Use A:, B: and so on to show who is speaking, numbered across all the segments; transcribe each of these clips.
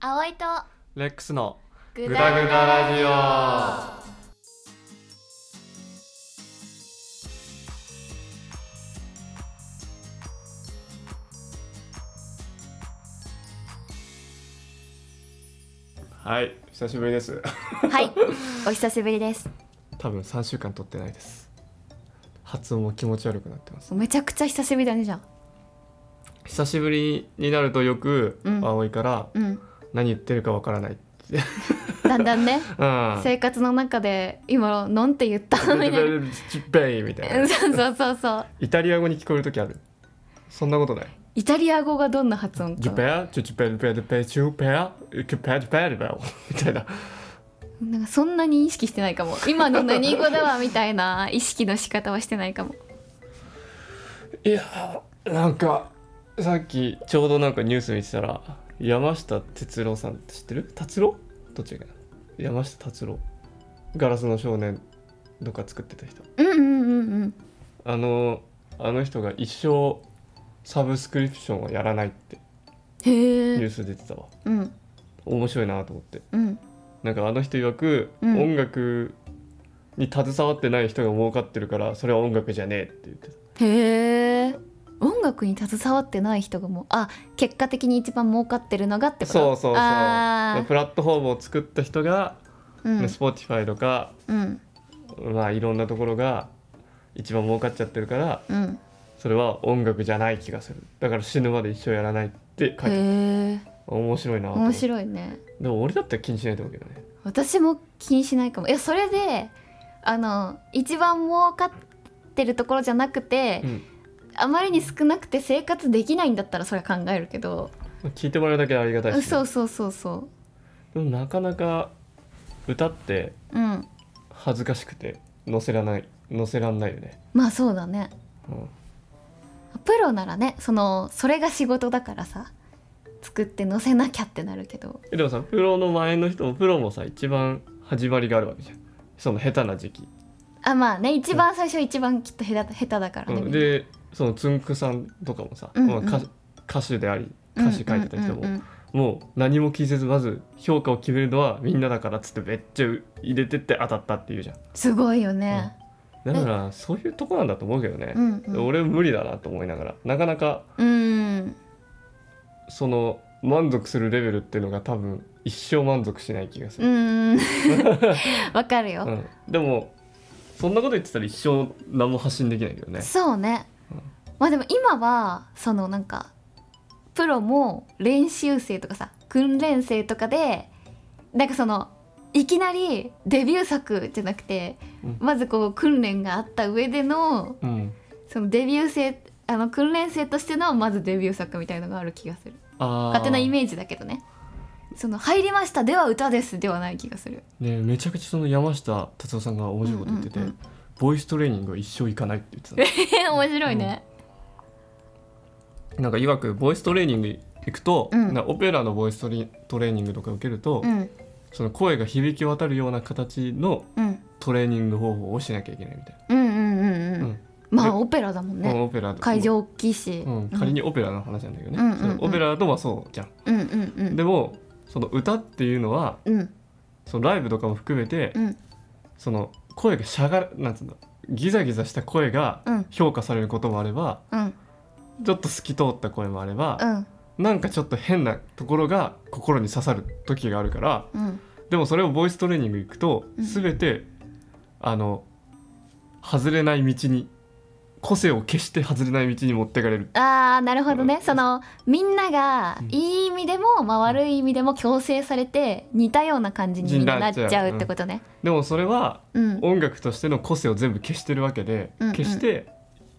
A: 葵と
B: レックスの
A: グ
B: グダグダラジオはい久しぶりです
A: はいお久しぶりです
B: 多分3週間撮ってないです発音も気持ち悪くなってます
A: めちゃくちゃ久しぶりだねじゃん
B: 久しぶりになるとよく、
A: うん
B: 葵から
A: うん
B: 何言ってるかわからない って
A: だんだ んね
B: うん
A: 生活の中で今なんて言った
B: ベ
A: みたいな
B: ル ベルジッペイみたい
A: うん
B: な
A: そうそうそうそう
B: イタリア語に聞こえる時あるそんなことない
A: イタリア語がどんな発音
B: ジ
A: か
B: ュペアジュジュペルペルペチュペアキュペルペルペルみたいな
A: なんかそんなに意識してないかも今の何語だわみたいな意識の仕方はしてないかも
B: いやーなんかさっきちょうどなんかニュース見てたら山下哲郎さんって知ってる達郎どっちがいいかな山下達郎ガラスの少年とか作ってた人
A: うんうんうんうん
B: あのあの人が一生サブスクリプションはやらないってニ
A: へ
B: ュ
A: え
B: ース出てたわ
A: うん
B: 面白いなと思って
A: うん
B: なんかあの人曰く、
A: うん
B: 音楽に携わってない人が儲かってるからそれは音楽じゃねえって言ってた
A: へえ音楽に携わってない人がもうあ結果的に一番儲かってるのがってこと
B: そうそうそう
A: あー
B: プラットフォームを作った人が、
A: うん
B: Spotify とか
A: うん
B: まあいろんなところが一番儲かっちゃってるから
A: うん
B: それは音楽じゃない気がするだから死ぬまで一生やらないって書いてある
A: へえ
B: 面白いなと思っ
A: 面
B: て
A: 白いね
B: でも俺だったら気にしないと思うけどね
A: 私も気にしないかもいやそれであの一番儲かってるところじゃなくて、
B: うん
A: あまりに少なくて生活できないんだったらそれは考えるけど
B: まあ聞いてもらうだけありがたいし
A: そうそうそうそ
B: でもなかなか歌って
A: ううん
B: 恥ずかしくて載せらない載せらんないよね、
A: まあそうだね
B: うん、
A: プロならねそのそれが仕事だからさ作って載せなきゃってなるけど
B: えでもさプロの前の人もプロもさ一番始まりがあるわけじゃんその下手な時期、
A: あまあね一番最初一番きっと下手下手だからね、
B: うん、でそのつんくさんとかもさ、
A: うんうん
B: まあ歌歌手であり
A: みんな
B: 歌詞書いてた人も、
A: うんうんうんうん
B: もう何も気にせずまず評価を決めるのはみんなだからっつってめっちゃ入れてって当たったっていうじゃん
A: すごいよね、
B: だからそういうとこなんだと思うけどね
A: う、んうん、
B: 俺無理だなと思いながらなかなか
A: うん
B: その満足するレベルっていうのが多分一生満足しない気がす
A: う
B: る、
A: んわかるよ、
B: うんでもそんなこと言ってたら一生何も発信できないけどね
A: そうね、
B: うん
A: まあでも今はそのなんかプロも練習生とかさ訓練生とかでなんかそのいきなりデビュー作じゃなくて、
B: うん
A: まずこう訓練があった上での
B: うん
A: そのデビュー生あの訓練生としてのまずデビュー作みたいのがある気がする
B: あ
A: 勝手なイ
B: ー
A: メージだけどねその「入りました」では歌ですではない気が する
B: ねめちゃくちゃその山下達郎さんが面白いこと言ってて、
A: うんうんうん
B: ボイストレーニングは一生行かないって言ってたの
A: 面白いね、
B: なんかいわくボイストレーニング行くと、
A: うん
B: なオペラのボイストレトレーニングとか受けると、
A: うん
B: その声が響き渡るような形の
A: うん、
B: トレーニング方法をしなきゃいけないみたい
A: うんうんうんうん
B: うん
A: ま
B: で
A: あオペラだもん
B: な、
A: ね
B: オペラ
A: 会場大きいし、
B: うん、仮にオペラの話なんだけどね、
A: うんうんうん
B: そのオペラだとまあそうじゃん、
A: うんうんうん
B: でもその歌っていうのは
A: うん
B: そのライブとかも含めて、
A: うん
B: その声がしゃがるなんつうんだギザギザした声が
A: うん
B: 評価されることもあれば
A: うん
B: ちょっと透き通った声もあれば
A: う、ん
B: なんかちょっと変なところが心に刺さる時があるから
A: うん
B: でもそれをボイストレーニング行くと
A: うん
B: 全て、あの外れない道に個性を消して外れない道に持ってかれる
A: あーなるほど
B: う
A: ね
B: ん
A: そのみんなが
B: うん
A: いい意味でも、まあ、悪い意味でも強制されて似たような感じにみんななっちゃうってことね。
B: でもそれは
A: うん、
B: 音楽としての個性を全部消してるわけで、
A: うんうん
B: 消して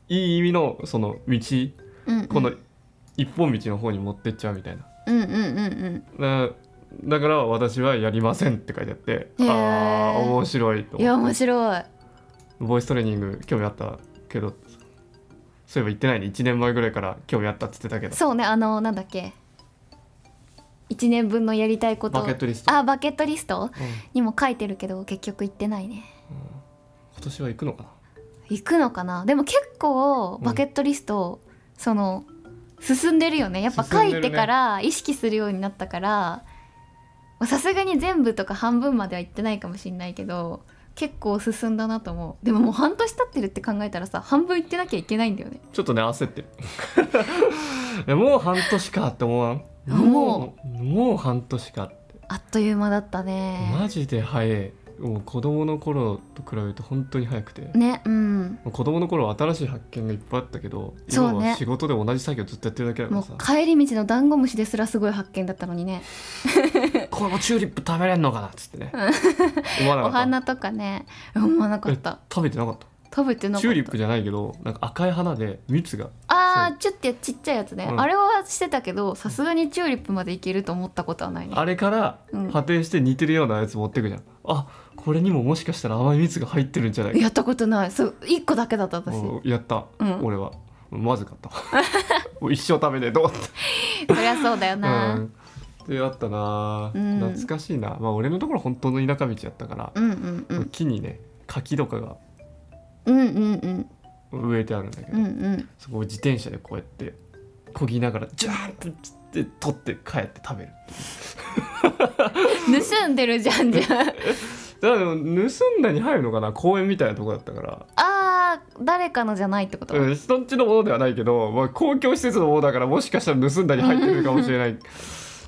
B: いい意味のその道
A: うんうん
B: この一本道の方に持ってっちゃうみたいな。
A: うんうんうんうん
B: だだから私はやりませんって書いてあって
A: へー
B: ああ面白いと
A: いや
B: 思っ
A: 面
B: て
A: 白い。
B: ボイストレーニング興味あったけどそういえば言ってないね1年前ぐらいから興味あったっつってたけど
A: そうねあのなんだっけ1年分のやりたいこと
B: バケットリスト
A: あバケットリスト
B: うん
A: にも書いてるけど結局行ってないね。
B: 今年は行くのかな
A: 行くのかなでも結構バケットリスト、その進んでるよねやっぱ書いてから意識するようになったから、まあさすがに全部とか半分までは行ってないかもしんないけど結構進んだなと思うでももう半年経ってるって考えたらさ半分行ってなきゃいけないんだよね
B: ちょっとね焦ってるいや もう半年かって思わん
A: あも
B: うもう半年かって
A: あっという間だったね
B: マジで早いもう子供の頃と比べると本当に早くて、
A: ねうん
B: もう子供の頃は新しい発見がいっぱいあったけど
A: そう
B: 今
A: ね
B: は仕事で同じ作業ずっとやってるだけだか
A: も
B: ら
A: う
B: さ、
A: 帰り道のダンゴムシですらすごい発見だったのにね
B: このチューリップ食べれんのかなっつってね思わなか
A: お
B: った
A: 花とかね思わなかった
B: 食べてなかった
A: 食べてなかった
B: チューリップじゃないけどなんか赤い花で蜜が
A: ああ
B: そ
A: ちょっとちっちゃいやつね、
B: うん
A: あれはしてたけどさすがにチューリップまでいけると思ったことはないね
B: あれから
A: うん
B: 派生して似てるようなやつ持ってくじゃん、あこれにももしかしたら甘い蜜が入ってるんじゃないか
A: やったことないそう一個だけだった私
B: もうやった、
A: うん
B: 俺はまずかった もう一生食べねえと思って
A: そりゃそうだよ
B: う、
A: なん
B: であったな、
A: うん
B: 懐かしいなまあ俺のところ本当の田舎道やったから、
A: うんうんうん
B: 木にね柿とかが
A: うんうんうん
B: 植えてあるんだけど、
A: うんう ん
B: そこを自転車でこうやってこぎながらジャーンって取って帰って食べる
A: 盗んでるじゃんじゃあ
B: だからでも盗んだに入るのかな公園みたいなとこだったから
A: あー誰かのじゃないってこと、
B: うん人んちのものではないけど、まあ、公共施設のものだからもしかしたら盗んだに入ってるかもしれない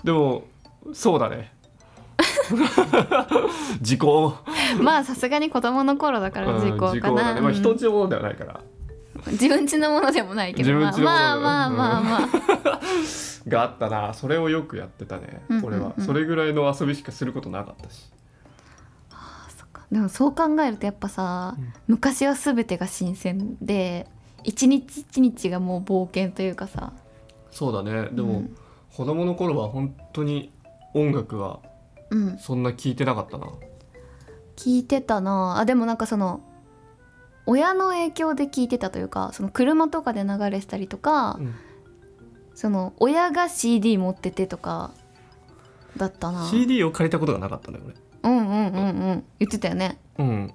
B: でもそうだね 時効
A: まあさすがに子供の頃だから時効かな、
B: ねまあ、
A: うん
B: 人んちのものではないから、
A: 自分家のものでもないけどまあ
B: 自分家のものでも
A: まあまあまあまあ、
B: があったなそれをよくやってたね
A: うんうんうん
B: 俺はそれぐらいの遊びしかすることなかったし
A: そっか でもそう考えるとやっぱさ、
B: うん
A: 昔は全てが新鮮で一日一日がもう冒険というかさ
B: そうだねで
A: う
B: も、
A: ん
B: 子供の頃は本当に音楽は
A: うん
B: そんな聞いてなかったな
A: 聞いてたなあでもなんかその親の影響で聞いてたというかその車とかで流れしたりとか、
B: うん
A: その親が CD 持っててとかだったな、
B: CD を借りたことがなかったんだよ
A: うんうんうんうん言ってたよね
B: 俺うん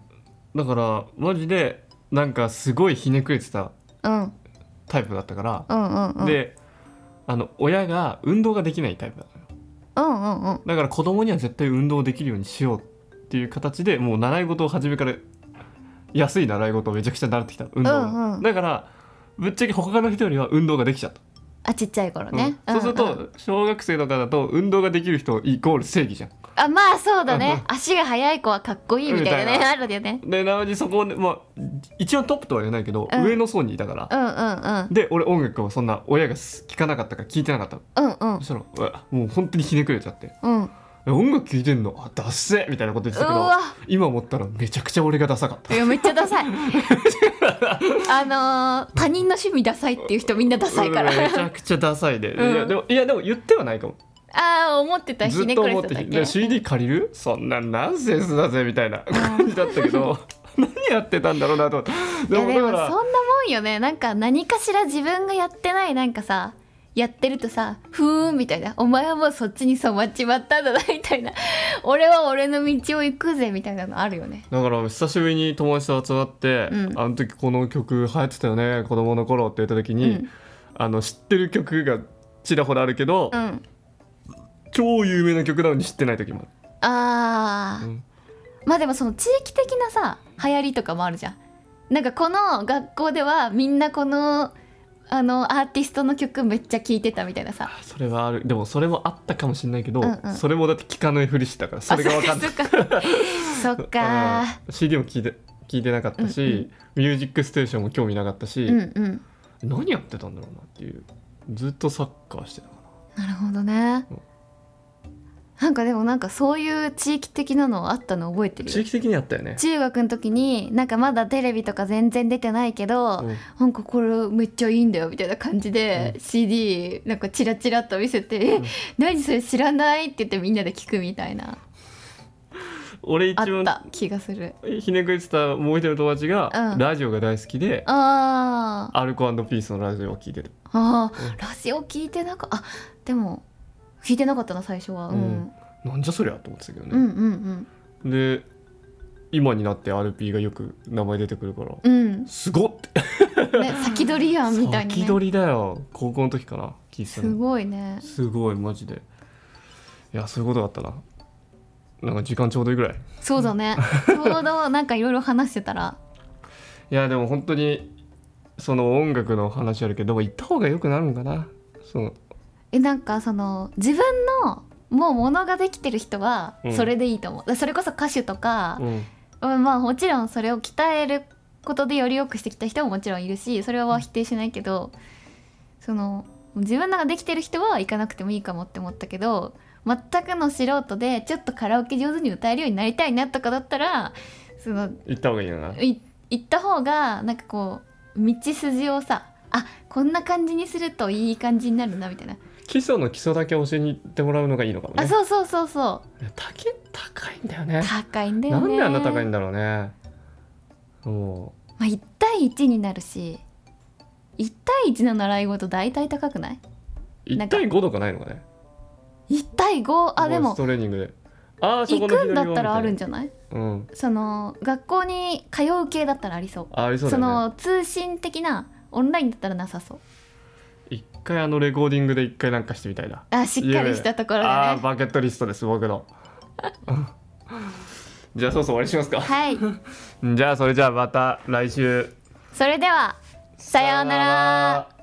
B: だからマジでなんかすごいひねくれてた
A: うんうん
B: タイプだったから、
A: うんうん
B: であの親が運動ができないタイプだったのよ
A: うんうんうん
B: だから子供には絶対運動できるようにしようっていう形でもう習い事を初めから安い習い事をめちゃくちゃ習ってきた運動が、
A: うんうん
B: だからぶっちゃけ他の人よりは運動ができちゃった、
A: あちっちゃい頃ね、
B: うんそうする
A: んん
B: と小学生とかだと運動ができる人イコール正義じゃん
A: あまあそうだ
B: うんう
A: ね
B: ん
A: 足が速い子はかっこいいみたいなね
B: みたいな
A: あるよね
B: でなのにそこで、まあ、一応トップとは言えないけど、
A: うん
B: 上の層にいたから、
A: うんうんうん
B: で俺音楽をそんな親が聴かなかったから聞いてなかったの
A: うんうん
B: そしたらうわもう本当にひねくれちゃって
A: うん
B: 「え音楽聴いてんのあダッセ!」みたいなこと言ってたけ
A: う
B: ど
A: わ
B: 今思ったらめちゃくちゃ俺がダサかった
A: いやめっちゃダ サいあのー他人の趣味ダサいっていう人みんなダサいから
B: うんめちゃくちゃダサいで、
A: うん
B: いやでもいやでも言ってはないかも
A: ああ思ってた
B: ず
A: ひ
B: っ
A: ね
B: と
A: くれ
B: 思
A: て
B: ったて
A: だ
B: て
A: け
B: で CD 借りるそんなナンセンスだぜみたいな感じだったけど 何やってたんだろうなと思って
A: いやでもそん
B: だから
A: なもんよねなんか何かしら自分がやってないなんかさやってるとさ「ふーん」みたいな「お前はもうそっちに染まっちまったんだな」みたいな「俺は俺の道を行くぜ」みたいなのあるよね
B: だから久しぶりに友達と集まって、
A: うん
B: あの時この曲流行ってたよね子供の頃って言った時に、
A: うん
B: あの知ってる曲がちらほらあるけど、
A: うん
B: 超有名な曲なのに知ってない時もあ
A: あー、
B: うん
A: まあでもその地域的なさ流行りとかもあるじゃんなんかこの学校ではみんなこのあのアーティストの曲めっちゃ聴いてたみたいなさ
B: るそれはあるでもそれもあったかもしれないけど、
A: うんうん
B: それもだって聞かないふりしてた からそれが分かんな
A: あそ
B: い
A: っかそっかそっ か
B: うん CD も聞いて聞いてなかったし、
A: うんう
B: ミュージックステーションも興味なかったし、
A: うんうん
B: 何やってたんだろうなっていうずっとサッカーしてたか
A: なるほどね
B: うん
A: なんかでもなんかそういう地域的なのあったの覚えて
B: な
A: る
B: 地
A: よ
B: 域的にあったよね、
A: 中学の時になんかまだテレビとか全然出てないけど、
B: うん
A: なんかこれめっちゃいいんだよみたいな感じで、CD なんかチラチラっと見せて「
B: うん
A: え 何それ知らない?」って言ってみんなで聞くみたいな
B: 俺
A: あっ
B: 一番
A: た気がする
B: ひねくれてたもう一人の友達が、
A: うん
B: ラジオが大好きで
A: あー
B: アルコピースのラジオを聞いてる
A: あ
B: うん
A: ーラジオ聞いてなかあでも聞いてなかったな最初は、うん
B: なんじゃそりゃと思ってたけど
A: うん、うん
B: ね、
A: うん
B: で今になって RP がよく名前出てくるから
A: うん
B: すごっって
A: ね先取りやんみたいな、
B: 先
A: ね、
B: 取りだよ高校の時かな聞いてた
A: す
B: の
A: ごいね
B: すごいマジでいやそういうことだったななんか時間ちょうどいいぐらい
A: そうだねちょうどなんかいろいろ話してたら
B: いやでも本当にその音楽の話あるけどでも行った方がよくなるんかなその
A: えなんかその自分のもうものができてる人は
B: うん
A: それでいいと思う、だそれこそ歌手とか、
B: うん
A: うんまあもちろんそれを鍛えることでより良くしてきた人ももちろんいるしそれは否定しないけどその自分らができてる人は行かなくてもいいかもって思ったけど全くの素人でちょっとカラオケ上手に歌えるようになりたいなとかだったらその
B: 行った方がいいよない
A: 行った方がなんかこう道筋をさあこんな感じにするといい感じになるなみたいな、
B: 基礎の基礎だけ教えに行ってもらうのがいいのかもね
A: あそうそうそうそう
B: いや高い高いんだよね
A: 高いんだよ
B: な
A: ね
B: んであんな高いんだろうねもう
A: まあ、1対1になるし1対1の習い事大体高くないな
B: 1
A: んか
B: 対5とかないのかね
A: ?1 対5あで
B: ボイ
A: も
B: ストレーニングでああそ
A: 行
B: この
A: く
B: 左
A: んだったらあるんじ
B: ゃ
A: ゃない
B: うん
A: その学校に通う系だったらありそう
B: あありそ
A: そう
B: だよね
A: の通信的なオンラインだったらなさそう
B: 一回あのレコーディングで一回なんかしてみたいな
A: あしっかりしたところで
B: ああー
A: ね
B: バケットリストです僕の じゃあそうそう終わりにしますか
A: はい
B: じゃあそれじゃあまた来週
A: それではさようなら
B: ら